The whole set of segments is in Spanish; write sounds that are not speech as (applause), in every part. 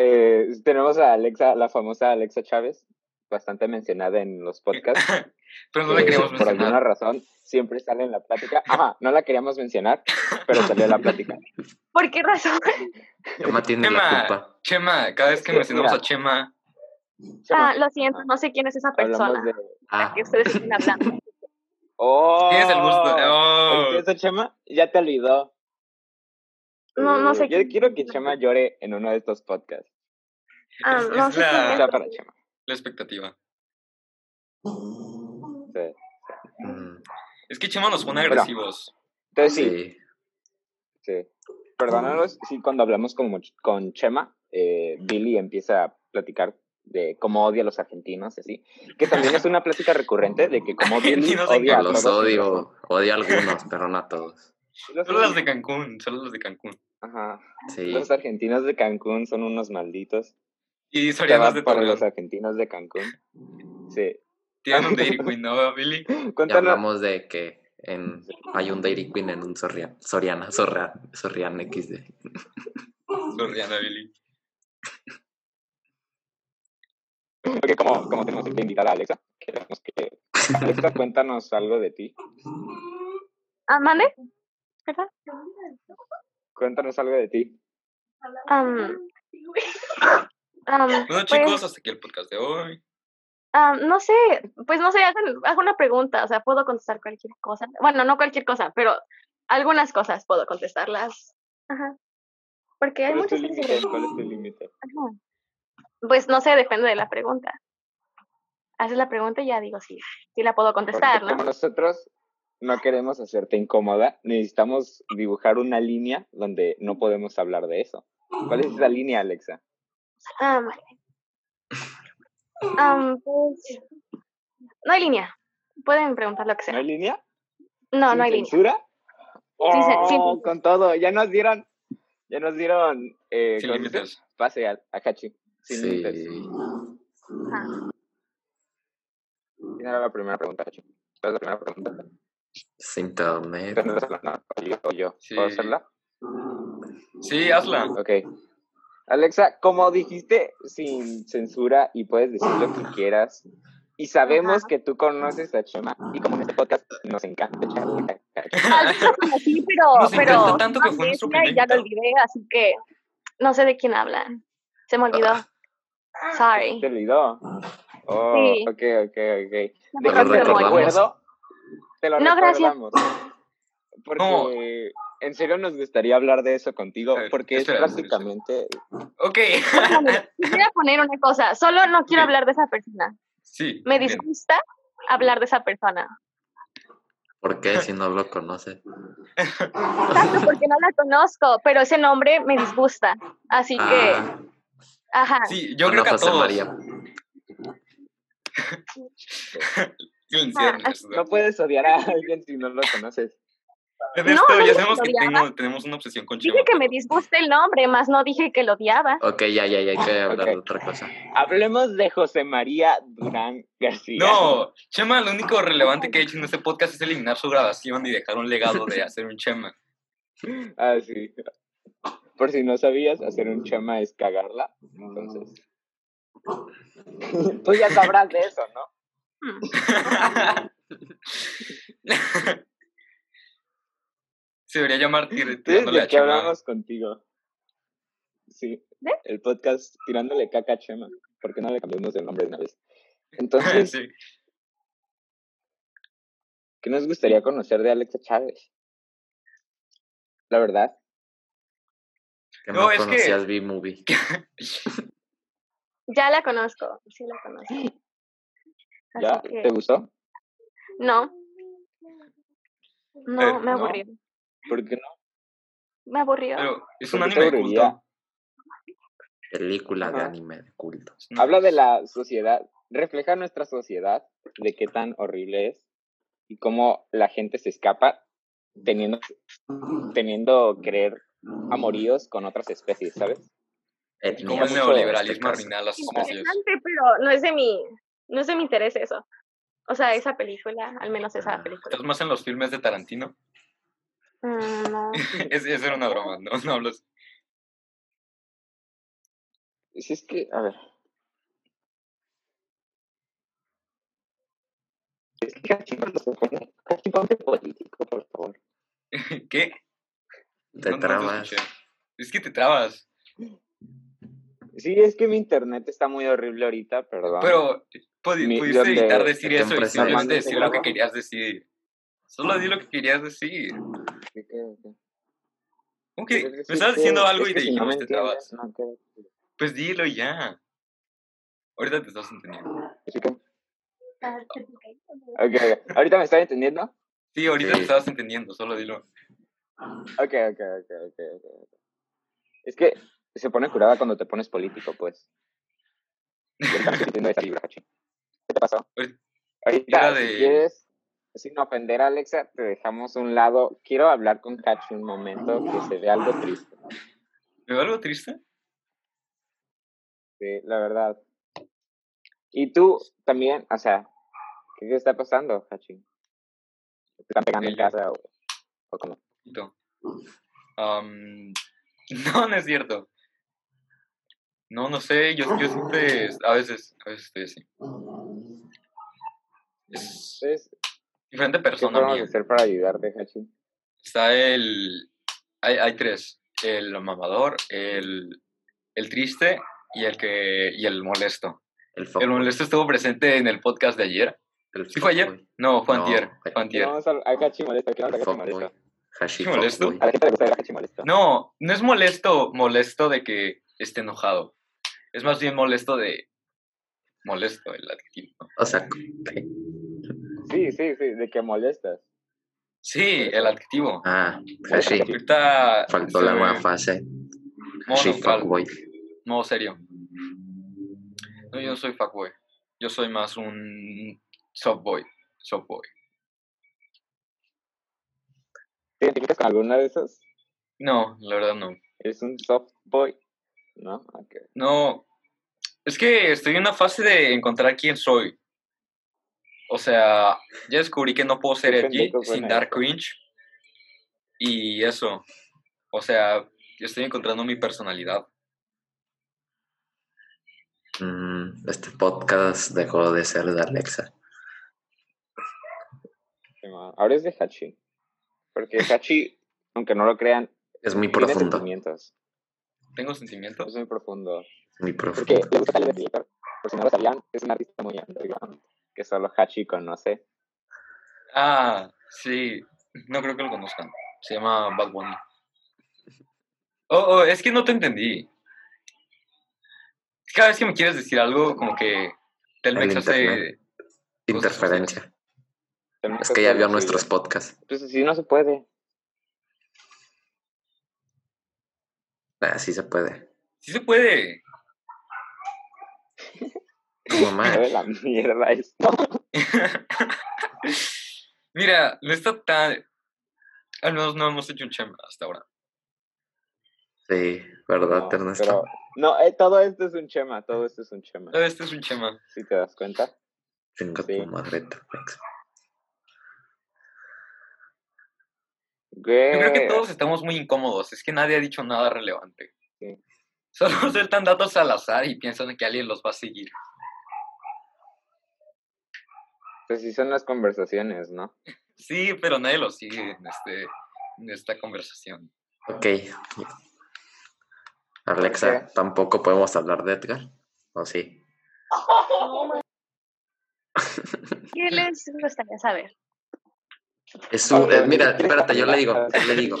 Eh, tenemos a Alexa, la famosa Alexa Chávez, bastante mencionada en (laughs) los podcasts. pero no la Eh, queríamos Por alguna mencionar. razón, siempre sale en la plática. Ajá, no la queríamos mencionar, (laughs) pero salió en la plática. ¿Por (laughs) qué razón? Emma tiene la Chema, culpa. Chema, cada vez que mencionamos Mira. a Chema, Ah, lo siento, no sé quién es esa persona Hablamos de. Ah, que ustedes están (laughs) hablando. ¡Oh! tienes el gusto. Oh. ¿Empieza Chema? Ya te olvidó. Eh, No, no sé Yo quién- quiero que Chema llore en uno de estos podcasts. Ah, es- no es sé quién la- es. Ya para Chema. la expectativa. sí. mm, Es que Chema nos pone Mira. agresivos. Entonces, sí, sí. Sí. Perdónanos si cuando hablamos con, con Chema, eh, Billy empieza a platicar de cómo odia a los argentinos, así. Que también es una plática recurrente de que cómo Billy Argentinos en odia a Ya, Yo Cali. los todos. odio. (laughs) Odio a algunos, pero no a todos. Los- Solo las de Cancún, solo las de Cancún. Ajá. Sí. Los argentinos de Cancún son unos malditos. Y Te Sorianas van de para los Torreón. argentinos de Cancún. Sí. Tienen un (laughs) Dairy Queen, ¿no, Billy? Y Cuéntanos. hablamos de que en, hay un Dairy Queen en un Sorria- Soriana, Sorra- Soriana, XD. Soriana, Billy. Porque como, como tenemos que invitar a Alexa, queremos que. Alexa, cuéntanos algo de ti. Ah, ¿mande? ¿Verdad? Cuéntanos algo de ti. Am, (laughs) am, Bueno, pues, chicos, hasta aquí el podcast de hoy. am, no sé, pues no sé, hagan, hago una pregunta, o sea, puedo contestar cualquier cosa. Bueno, no cualquier cosa, pero algunas cosas puedo contestarlas. Ajá. Porque hay ¿Cuál es tu muchas cosas límite? ¿Cuál es tu límite? Ajá. Pues no sé, depende de la pregunta. Haces la pregunta y ya digo sí, sí la puedo contestar, Porque Como ¿no? nosotros no queremos hacerte incómoda, necesitamos dibujar una línea donde no podemos hablar de eso. ¿Cuál es esa línea, Alexa? Am, Ah, am, pues, no hay línea. Pueden preguntar lo que ¿No sea. hay línea? No, ¿Sin no hay línea. censura? Sí, se- sí, Oh, sí. con todo, ya nos dieron, ya nos dieron eh, Sin ¿cómo se dice? límites. pase a, a Hachi. Sin Sí. límites. ¿Quién era la primera pregunta, Hachi? ¿Cuál es la primera pregunta? Es internet. Entonces, no, no, o yo, o yo. Sí. ¿Puedo hacerla? Sí, hazla. Ok. Alexa, como dijiste, sin censura y puedes decir lo que quieras. Y sabemos Ajá. que tú conoces a Chema y como en este podcast nos encanta Chema. Ah, yo lo conocí, pero, (laughs) Nos pero encanta tanto que no fue nuestro amnesia y ya primer lo olvidé, así que no sé de quién hablan. Se me olvidó. Ah. Sorry. ¿Te olvidó? Oh, Sí. ok, ok, ok. Pero No me Déjate el acuerdo muy bien. recordamos. recuerdo. Te lo No, gracias. recordamos. Porque No. en serio nos gustaría hablar de eso contigo A ver, porque es espera, espera, prácticamente... Ok. (laughs) Déjame, Quisiera poner una cosa, solo no quiero Sí. hablar de esa persona. sí. Me bien. disgusta hablar de esa persona. ¿Por qué si no lo conoces? Tanto porque no la conozco, pero ese nombre me disgusta. Así que, Ah, ajá. Sí, yo Ana creo que a José todos. María. Ah, Silenciarnos, ¿no? No puedes odiar a alguien si no lo conoces. En No, esto no ya dije sabemos que que odiaba. tengo- tenemos una obsesión con Chema. Dije que me disgusta el nombre, más no dije que lo odiaba. Ok, ya, ya, ya, hay que hablar de Ok. otra cosa. Hablemos de José María Durán García. (laughs) No, Chema, lo único relevante que he hecho en este podcast es eliminar su grabación y dejar un legado de hacer un Chema. (laughs) Ah, sí. Por si no sabías, hacer un chama es cagarla. Entonces. (laughs) Tú ya sabrás de eso, ¿no? Hmm. Se debería llamar tir- tirándole Desde a que Chema. hablamos contigo. Sí. ¿De? El podcast tirándole caca a Chema. Porque no le cambiamos el nombre de una vez. Entonces, (laughs) (laughs) (laughs) Sí. ¿qué nos gustaría conocer de Alexa Chávez? La verdad. Que No, no, es que- conocías B-Movie. Ya la conozco, sí la conozco. Así ¿Ya? que, ¿Te gustó? no. No, Pero no. me aburrió. ¿Por qué no? Me aburrió. Pero es ¿Por un qué te anime de aburriría? culto. Película de Ajá. anime de culto. Es una- Habla de la sociedad, refleja nuestra sociedad, de qué tan horrible es y cómo la gente se escapa teniendo, teniendo querer amoríos con otras especies, ¿sabes? Etnia, Como el en este neoliberalismo caso. arruinado a las especies. Interesante, pero no es de mi, no es de mi interés eso. O sea, esa película, al menos esa Ah, película. Estás más en los filmes de Tarantino. (laughs) Mm, no. Es, esa era una broma, ¿no? No hablas. Si es que, a ver. Es que Cachipán no se pone. Cachipán de político, por favor. ¿Qué? Te No, no trabas. escuché. es que te trabas. Sí, es que mi internet está muy horrible ahorita, perdón. Pero pudi- Mi- pudiste donde- evitar decir Acá eso y empresa- simplemente Armando se decir lo que graba. querías decir. Solo di lo que querías decir. Sí, que- que- ¿Cómo Pues es que decir, me estabas que- diciendo algo es y que te si no me dijimos te entiendes, trabas? no queda- Pues dilo ya. Ahorita te estás entendiendo. así que- Ok, ok. ¿Ahorita me están entendiendo? Sí, ahorita Sí. te estabas entendiendo, solo dilo. Ok, ok, ok, ok. ok, ok. Es que se pone curada cuando te pones político, pues. Yo estaba sintiendo esa vibra, Hachi. ¿Qué te pasó? Ahorita- Ahorita, Vibra Pues, de- si quieres, sin ofender a Alexa, te dejamos a un lado. Quiero hablar con Hachi un momento que se ve algo triste. ¿Me veo algo triste? Sí, la verdad. Y tú también, o sea, ¿qué te está pasando, Hachi? ¿Te están pegando en Ella. casa o, o cómo? Poquito. Am, (laughs) no, no es cierto. No, no sé, yo, yo siempre, a veces, a veces estoy así. Es Entonces, diferente ¿qué persona podemos mía. hacer para ayudarte, Hachi? Está el, hay, hay tres, el mamador, el, el triste y el que, y el molesto. El foco. El molesto estuvo presente en el podcast de ayer. El ¿Sí fue ayer? fuckboy. No, fue No, antier, fue- fue antier. Vamos a, a Hachi molesta, quiero El hablar a Hachi molesta. fuckboy. Hashi ¿Qué molesto? fuckboy. A la gente le gusta ver a Hachi molesto. No, no es molesto, molesto de que esté enojado. Es más bien molesto de. Molesto el adjetivo. ¿no? O sea, ¿qué? Sí, sí, sí, de que molestas. Sí, el adjetivo. Ah, Hashi. Ahorita. Faltó se la me- nueva fase. modo Hashi neutral, fuckboy. modo serio. No, yo no soy fuckboy. Yo soy más un softboy. Softboy. ¿Te identificas con alguna de esas? No, la verdad no. ¿Eres un soft boy? ¿No? Ah, Ok. No. Es que estoy en una fase de encontrar quién soy. O sea, ya descubrí que no puedo ser Qué edgy pendejo sin suena dar eso. cringe. Y eso. O sea, yo estoy encontrando mi personalidad. Mm, este podcast dejó de ser de Alexa. Simón. Ahora es de Hachi. (laughs) Porque Hachi, aunque no lo crean, Es muy tiene profundo. sentimientos. ¿Tengo sentimientos? Es muy profundo. Muy Porque profundo. le gusta Cali del Director. Por si no lo sabían, es un artista muy underground que solo Hachi conoce. Ah, sí. No creo que lo conozcan. Se llama Bad Bunny. Oh, oh, es que no te entendí. Cada vez que me quieres decir algo, como que eh, Telmex El hace... internet. Interferencia. También Es que ya vio sí, nuestros podcasts. Pues así no se puede. Ah, sí se puede. Sí se puede. Tu (laughs) mamá. Sabe (laughs) la mierda esto. Mira, no está tan... Al menos no hemos hecho un chem hasta ahora. Sí, ¿verdad, No, Ernesto? Eh, pero- no, eh, todo esto es un chema, todo esto es un chema. Ah, Este es un chema. Si te das cuenta. Chinga sí. tu madre, Telmex. Yo creo Eh. que Güey, todos estamos muy incómodos. Es que nadie ha dicho nada relevante. Sí. Solo (laughs) sueltan datos al azar y piensan que alguien los va a seguir. Pues sí son las conversaciones, ¿no? Sí, pero nadie los sigue en, este, en esta conversación. Ok. Alexa, qué? tampoco podemos hablar de Edgar. ¿O sí? ¿Qué les gustaría saber? Es un- eh, Ok, mira, ¿quieres espérate, yo (laughs) le digo, hablar? yo le digo.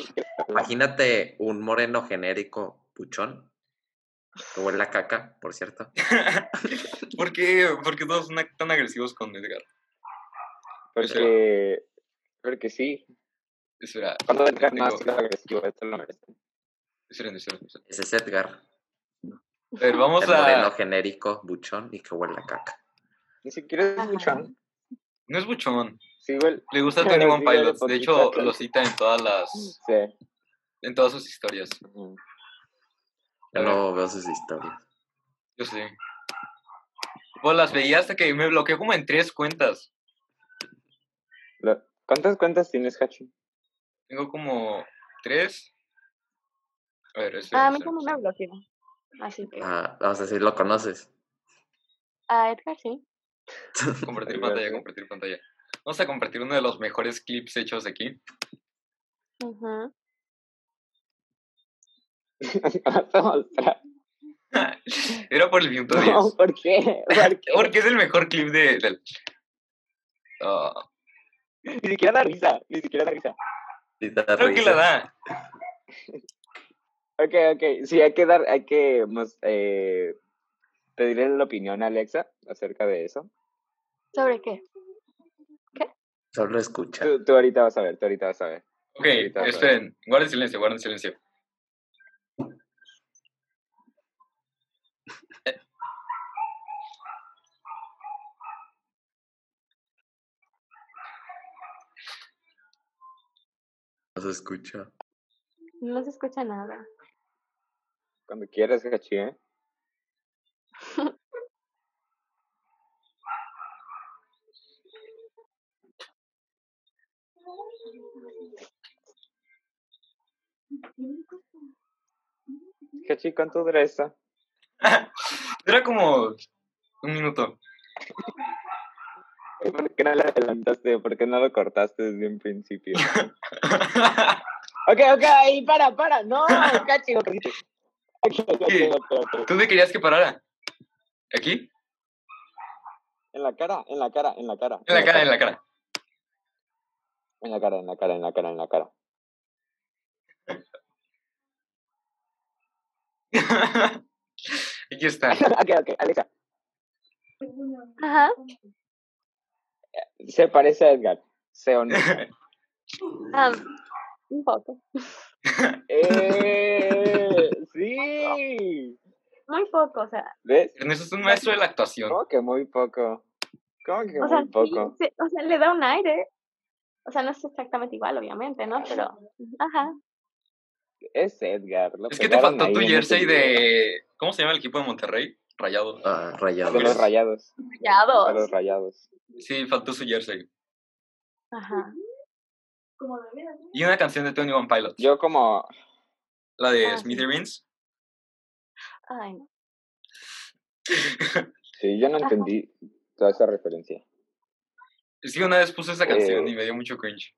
Imagínate un moreno genérico puchón. Que huele a caca, por cierto. ¿Por qué, por qué todos son tan agresivos con Edgar? Porque, porque sí. Eso era. Cuando no del carne tengo- ha sido agresivo, esto lo merece. eso era, eso era, eso Ese es Edgar. era. A ver, vamos el moreno a. genérico, buchón y que huele a caca. Ni siquiera es Ajá. buchón. No es buchón. Sí, güey. Le gusta Pero Tony One sí, ya de Pilots. De hecho, poquito. lo cita en todas las. Sí. En todas sus historias. ujú. A Yo ver. no veo sus historias. Yo sé. Pues las veía hasta que me bloqueó como en tres cuentas. Lo- ¿Cuántas cuentas tienes, Hachi? (laughs) Tengo como tres. A ver, espera, A mí espera, también me espera. bloqueó. Así que. Ah, o sea, si lo conoces. A Edgar, sí. Compartir Ahí va, pantalla, sí. compartir pantalla. Vamos a compartir uno de los mejores clips hechos aquí. Ujú. Vas a mostrar. Era por el minuto 10. No, ¿por qué? ¿Por (laughs) qué? Porque es el mejor clip de, del... Ah, Ni siquiera da risa, ni siquiera da risa. Sí, da creo que risa. la da. Ok, ok. Sí, hay que dar, hay que mos- eh, pedirle la opinión a Alexa acerca de eso. ¿Sobre qué? Solo escucha. Tú, tú ahorita vas a ver, tú ahorita vas a ver. Ok, Ahorita, ahorita. esperen. Guarden silencio, guarden silencio. No se escucha. No se escucha nada. Cuando quieras, Hachi, ¿eh? Hachi, ¿cuánto dura esta? Era como un minuto. (laughs) ¿Por qué Pues, no la adelantaste? ¿Por qué no lo cortaste desde un principio? (laughs) Ok, ok, ahí, para, para. No, Hachi, (laughs) lo cortaste. Ok, ok, ¿Qué? ok, ok. ¿Tú me querías que parara? ¿Aquí? En la cara, en la cara, en la cara. En la cara, en la cara. (laughs) En la cara, en la cara, en la cara, en la cara. (laughs) Aquí está. Ok, ok, Alexa. Ajá. Se parece a Edgar. Se o no. (laughs) Ah, un poco. ¡Eh! ¡Sí! Muy poco, o sea. ¿Ves? Ernesto es un maestro de la actuación. ¿Cómo que muy poco? ¿Cómo que O sea, muy sí, poco? se- o sea, le da un aire. O sea, no es exactamente igual, obviamente, ¿no? Pero, ajá. Es Edgar. lo Es que te pegaron faltó ahí tu en ese jersey video. de... ¿Cómo se llama el equipo de Monterrey? Rayado. Ah, De los rayados. rayados. Ya De los dos. rayados. Sí, faltó su jersey. Ajá. Y una canción de Tony One Pilots. Yo como... La de Ah, sí. Smithy Beans. Ay, no. Sí, yo no Ajá. entendí toda esa referencia. Es que una vez puse esa canción Eh. y me dio mucho cringe.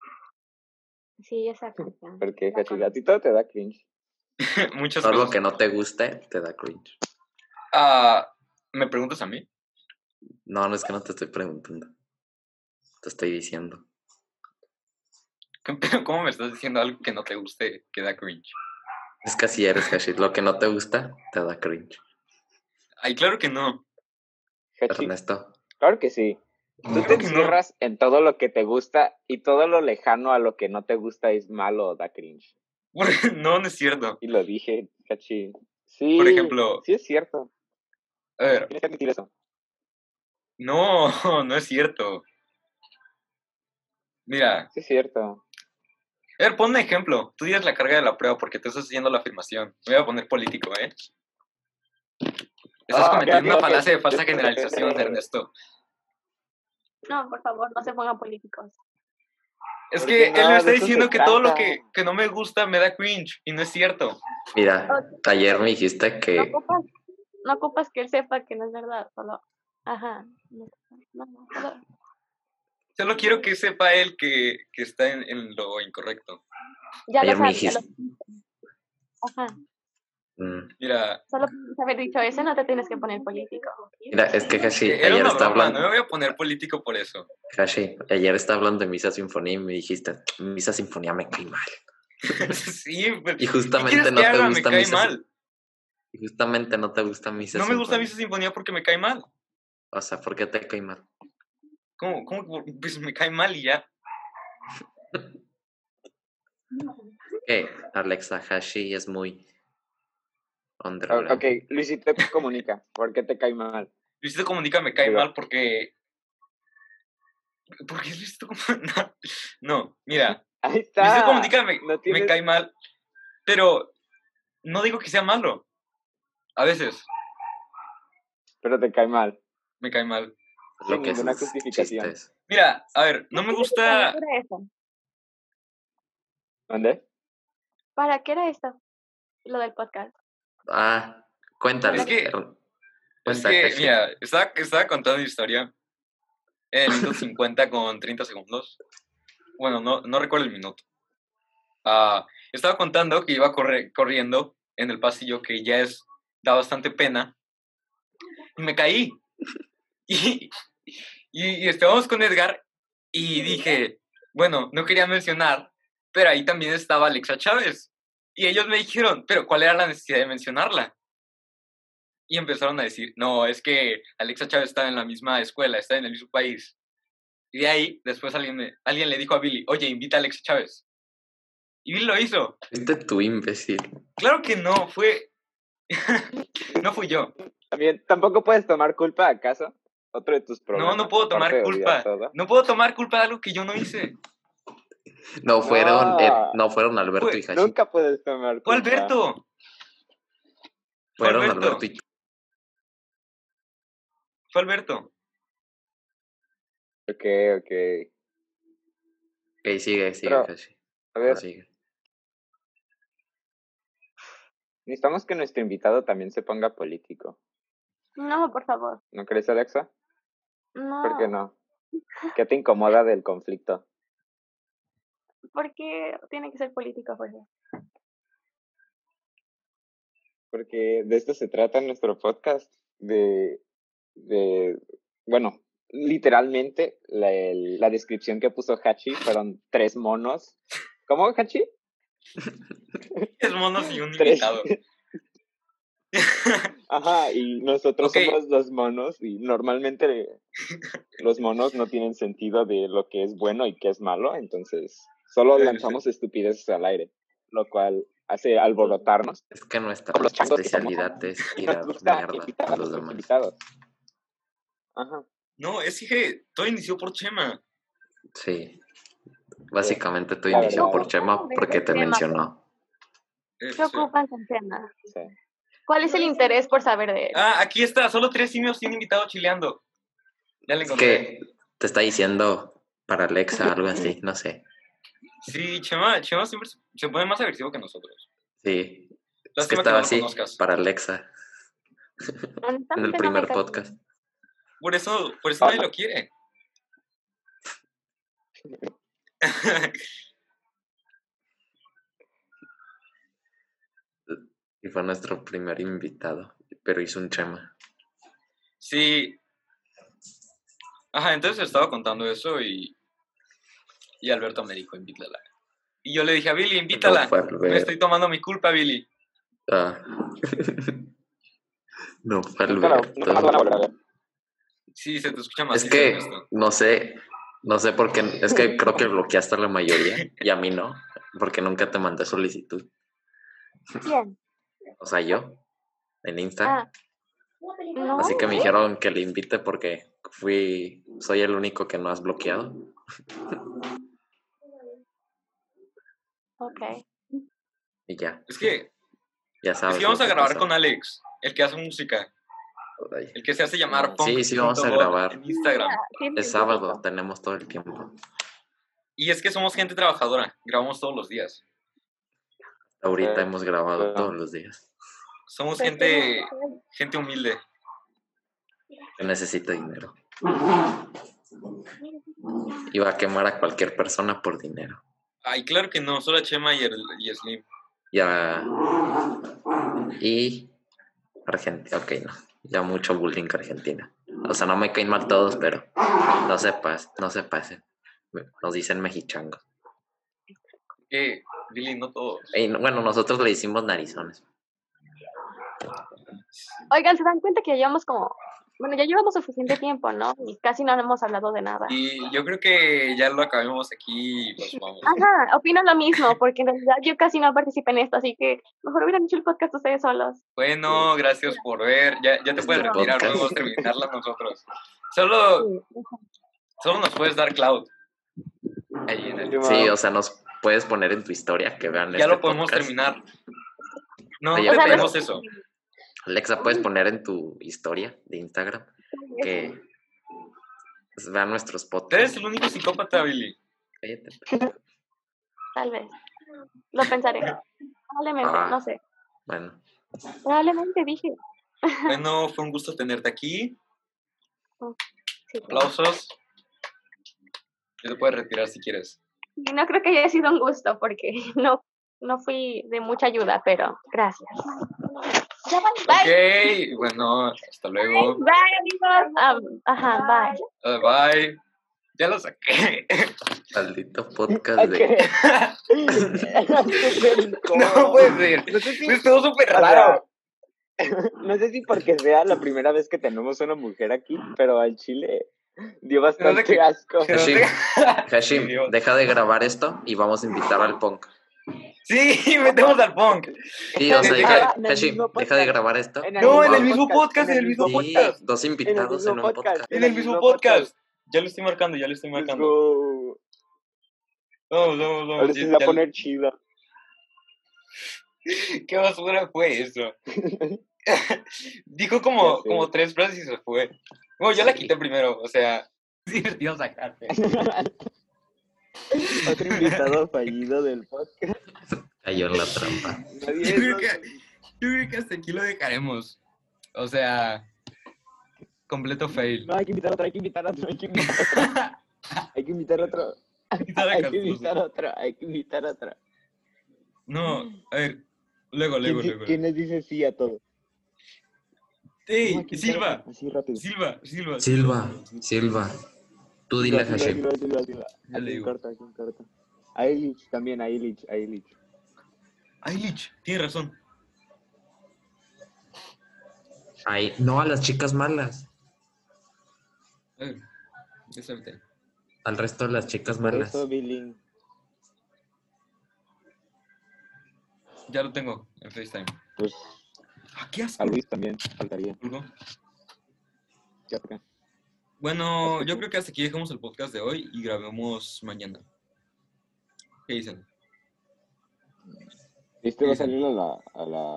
(laughs) Sí, esa canción. Porque, Hachi, La a conozco. ti todo te da cringe. Muchas Todo lo cosas. que no te guste te da cringe. Ah, ¿Me preguntas a mí? (laughs) No, no es que no te estoy preguntando. Te estoy diciendo. ¿Pero ¿Cómo me estás diciendo algo que no te guste que da cringe? Es que así eres, Hashir. Lo que no te gusta te da cringe. Ay, claro que no. (laughs) Hachi, Ernesto. claro que sí. Tú te Claro que no. encierras en todo lo que te gusta y todo lo lejano a lo que no te gusta es malo o da cringe. no, no es cierto. Y lo dije, Hachi. Sí. Por ejemplo- Sí es cierto. A ver, Tienes que admitir eso. no, (laughs) no es cierto. Mira, Sí es cierto. a ver, pon un ejemplo. Tú dices la carga de la prueba porque tú estás haciendo la afirmación. Me voy a poner político, ¿eh? Estás Ah, ok, cometiendo ok, una ok. falacia de (laughs) falsa generalización, Ernesto. No, por favor, no se pongan políticos. Es Porque que él nada me de está eso se diciendo que todo lo trata. que, que no me gusta me da cringe y no es cierto. Mira, ayer me dijiste No pues, que. ocupas, no ocupas que él sepa que no es verdad, solo. Ajá. No, no, no, solo- Solo quiero que sepa él que, que está en, en lo incorrecto. Ya lo Ayer me sabes. ya lo- dijiste. Ajá. Mm. Mira, Solo por haber dicho eso, no te tienes que poner político. Mira, es que Hashi, e, era ayer una está broma, no hablando. me voy a poner político por eso. Hashi, ayer está hablando de Misa Sinfonía y me dijiste, Misa Sinfonía me cae mal. (laughs) sí, pero- ¿qué Y justamente quieres no que te haga? gusta Me cae Misa Sin- mal. Y justamente no te gusta Misa No me gusta Misa Sinfonía. Sinfonía porque me cae mal. O sea, ¿por qué te cae mal? ¿Cómo? cómo? Pues me cae mal y ya. Que Alexa Hashi es muy. O- underground. Ok, Luisito comunica. ¿Por qué te cae mal? Luisito Comunica me cae Digo. mal porque... ¿Por qué Luisito Comunica? (laughs) No, (laughs) mira, Ahí está. Luisito Comunica me, Ah, no me tienes- cae mal, pero no digo que sea malo. A veces Pero te cae mal. me cae mal. Lo sin que ninguna sus justificación. chistes. Mira, a ver, no me gusta... ¿Para qué era eso? ¿Dónde? ¿Para qué era esto? Lo del podcast. Ah, cuéntale. Es que- Hernán. Es Cuenta, que, (laughs) Sergio. mira, estaba, estaba contando mi historia en minuto 50 con 30 segundos. Bueno, no, no recuerdo el minuto. Ah, estaba contando que iba corre- corriendo en el pasillo que ya es, da bastante pena. Y me caí. (laughs) Y, y- y estábamos con Edgar y dije, bueno, no quería mencionar, pero ahí también estaba Alexa Chávez. Y ellos me dijeron, pero ¿cuál era la necesidad de mencionarla? y empezaron a decir, no, es que Alexa Chávez está en la misma escuela, está en el mismo país. Y de ahí, después alguien, me- alguien le dijo a Billy, oye, invita a Alexa Chávez. Y Billy lo hizo. Viste tú, imbécil. Claro que no, fue... (laughs) no fui yo. También, ¿tampoco puedes tomar culpa, acaso? Otro de tus problemas. no puedo tomar aparte de olvidar culpa. todo. No puedo tomar culpa de algo que yo no hice. No fueron, No. eh, no fueron Alberto Fue- y Hashi. Nunca puedes tomar Fue culpa. Alberto. fue Fueron Alberto. Alberto y Fue Alberto. Ok, ok. Ok, sigue, sigue, Pero, Hashi. A ver, Prosigue. necesitamos que nuestro invitado también se ponga político. No, por favor. ¿No crees, Alexa? No. ¿Por qué no? ¿Qué te incomoda del conflicto? Porque tiene que ser político, Jorge. Porque de esto se trata nuestro podcast, de, de bueno, literalmente la, el- la descripción que puso Hachi fueron tres monos. ¿Cómo, Hachi? Es (laughs) monos y un Tres. invitado. Ajá, y nosotros Ok. somos los monos y normalmente los monos no tienen sentido de lo que es bueno y qué es malo, entonces solo Sí, sí. lanzamos estupideces al aire, lo cual hace alborotarnos. Es que nuestra Como los changos que especialidad es Nos (laughs) tirar gusta mierda invitar a los nuestros demás. invitados. Ajá. No, es que todo inició por Chema. Sí. Básicamente tú La inició verdad. por Chema porque te Chema. mencionó. ¿Qué Eso. ocupan con Chema? Sí. ¿Cuál es el interés por saber de él? Ah, aquí está, solo tres simios sin invitado chileando. Ya le Es encontré. que te está diciendo para Alexa algo así, no sé. Sí, Chema, Chema siempre se- se pone más agresivo que nosotros. Sí. Es que Lástima que, estaba no lo así conozcas. para Alexa en el Honestamente, no me primer cae podcast. Por eso, por eso Ah. nadie lo (laughs) quiere. Y fue nuestro primer invitado, pero hizo un Chema. sí. Ajá, entonces estaba contando eso y. Y Alberto me dijo, invítala. Y yo le dije a Billy, invítala. No fue Me Alberto. estoy tomando mi culpa, Billy. Ah. (laughs) no fue Nunca la- nunca más la van a volver a Alberto. ver. Sí, se te escucha más. Es sí, que Ernesto. no sé, no sé por qué. Es que creo que bloqueaste a la mayoría y a mí no, porque nunca te mandé solicitud. Chema. ¿Quién? O sea, yo en Insta. Ah. No. Así que me dijeron que le invite porque fui, soy el único que no has bloqueado. Ok. Y ya, Es que, ya es sabes. que vamos lo a que grabar pasa. con Alex, el que hace música, Ay, el que se hace llamar Punk. Sí, sí, vamos a punto God grabar. En Instagram. Tiene Es sábado, tenemos todo el tiempo. Y es que somos gente trabajadora, grabamos todos los días. Ahorita Eh, hemos grabado bueno. todos los días. Somos Pues, gente, pero- gente humilde. Yo necesito dinero. Iba a quemar a cualquier persona por dinero. Ay, claro que no, solo a Chema y, el- y Slim. Ya. Y. Argentina. Ok, no. Ya mucho bullying que Argentina. O sea, no me caen mal todos, pero. No se pasen. No se pasen. Nos dicen mexichangos. Que, Billy, no todos. Y, no- bueno, nosotros le hicimos narizones. Oigan, ¿se dan cuenta que llevamos como... Bueno, ya llevamos suficiente tiempo, ¿no? Y casi no hemos hablado de nada. Y yo creo que ya lo acabemos aquí y nos vamos. Ajá, opino lo mismo, porque en realidad yo casi no participé en esto, así que mejor hubieran hecho el podcast ustedes solos. Bueno, gracias por ver. Ya, ya te Este puedes retirar, podcast. podemos terminarla nosotros. Solo, solo nos puedes dar cloud. Ahí en el- Sí, o sea, nos puedes poner en tu historia que vean Ya este lo podemos podcast. terminar. No, Sí, no ya te lo pedimos eso. Alexa, puedes poner en tu historia de Instagram que pues, vean nuestros Tú eres podcasts. el único psicópata, Billy. Cállate. pues. Tal vez. Lo pensaré. Probablemente, Ah. no sé. Bueno, Probablemente dije. Bueno, fue un gusto tenerte aquí. Sí. Aplausos. Ya te puedes retirar si quieres. Y No creo que haya sido un gusto porque no, no fui de mucha ayuda, pero gracias. Ya van, bye. Ok, bueno, hasta luego. Bye, amigos. Am- ajá, bye. Uh, bye. Ya lo saqué. (laughs) Maldito podcast Ok. (laughs) de. No pues, puede ser. No sé si- Estuvo súper o sea, raro. (laughs) No sé si porque sea la primera vez que tenemos una mujer aquí, pero al chile dio bastante qué- asco. (laughs) Pero Sí. te- Ay, Hashim, Dios. deja de grabar esto y vamos a invitar al punk. (laughs) Sí, metemos al punk. Sí, o sea, Deja- deja- en el Hashim, mismo deja de podcast. grabar (laughs) esto. En No, en Wow. el mismo podcast, en el mismo Sí, podcast. dos invitados en, mismo un podcast. (laughs) podcast. En el mismo podcast. Ya lo estoy marcando, ya lo estoy Let's marcando. go. Vamos, vamos, vamos. Ahora sí se va a Ya- poner chido. (laughs) (laughs) ¿Qué basura (laughs) fue eso? Dijo Ya como, sé. como tres frases y se fue. Bueno, yo la Sí. quité primero, o sea. (laughs) Sí, divertido sacarte. Otro invitado fallido del podcast. Cayó en la trampa. Yo Nadie creo es- que- Yo creo que hasta aquí lo dejaremos. O sea, completo fail. No, hay que invitar otro, hay que invitar otro, hay que invitar otro. (laughs) Hay que invitar otro. Invitar a Hay que Carlos. invitar otro, hay que invitar otro. No, a ver. Luego, luego, ¿Quién, luego. quién les dice sí a todo? No, ¡Ey! hay que invitar Silva, otro, Así rápido. Silva, Silva. Silva, Silva. Tú dile a Silva, Hashim. Silva, Silva, Silva. Aquí Ya le en digo. corto, aquí en corto. A Illich también, a Illich, a Illich. Ay, Lich, tiene razón. Ay, no a las chicas malas. A ver, Eh, ya suéltate. Al resto de las chicas Por malas. eso Billing. Ya lo tengo en FaceTime. Pues Ah, qué asco. a Luis también faltaría. Pulgo. Ya acá. Bueno, yo creo que hasta aquí dejamos el podcast de hoy y grabemos mañana. ¿Qué dicen? Este va a salir a la. A la,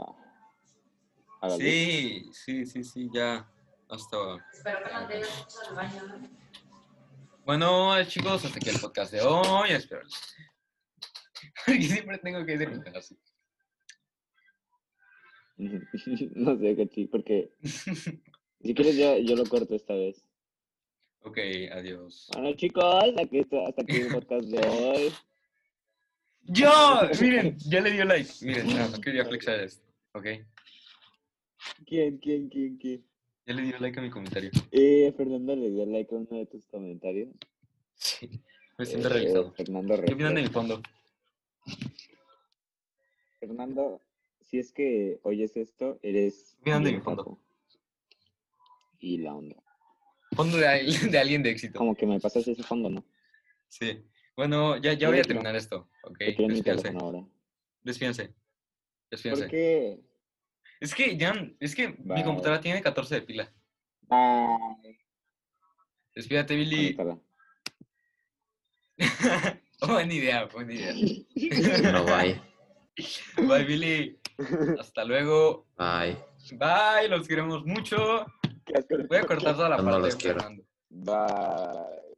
a la luz. Sí, sí, sí, sí, ya. Hasta Espero que no te hayas hecho el baño, ¿no? Bueno, eh, chicos, hasta aquí el podcast de hoy. Espero. (laughs) Porque siempre tengo que terminar así. (laughs) no sé, Cachi, porque. Si quieres, yo, yo lo corto esta vez. Ok, adiós. Bueno, chicos, aquí está- hasta aquí el podcast de hoy. ¡Yo! Miren, ya le dio like. Miren, no, no quería flexar esto. Ok, ¿Quién, quién, quién, quién? ya le dio like a mi comentario. Eh, Fernando le dio like a uno de tus comentarios. Sí, me siento Eh, realizado. Fernando ¿Qué opinan de Reyes. mi fondo? Fernando, si es que oyes esto, eres. Mira dónde bien me fondo. guapo. Y la onda. Fondo de, al- (laughs) de alguien de éxito. Como que me pasas ese fondo, ¿no? Sí. Bueno, ya, ya voy a terminar esto. Ok, Yo quiero mi despídense. teléfono ahora. Despídense. Despídense. ¿Por qué? Es que ya, es que mi Bye. computadora tiene 14 de pila. Bye. Despídate, Billy. Conéctala. (laughs) buena idea, buena idea. No, bye. Bye, Billy. Hasta luego. Bye. Bye, los queremos mucho. Qué asco de Voy a podcast. cortar toda la No parte los de quiero. Fernando. Bye.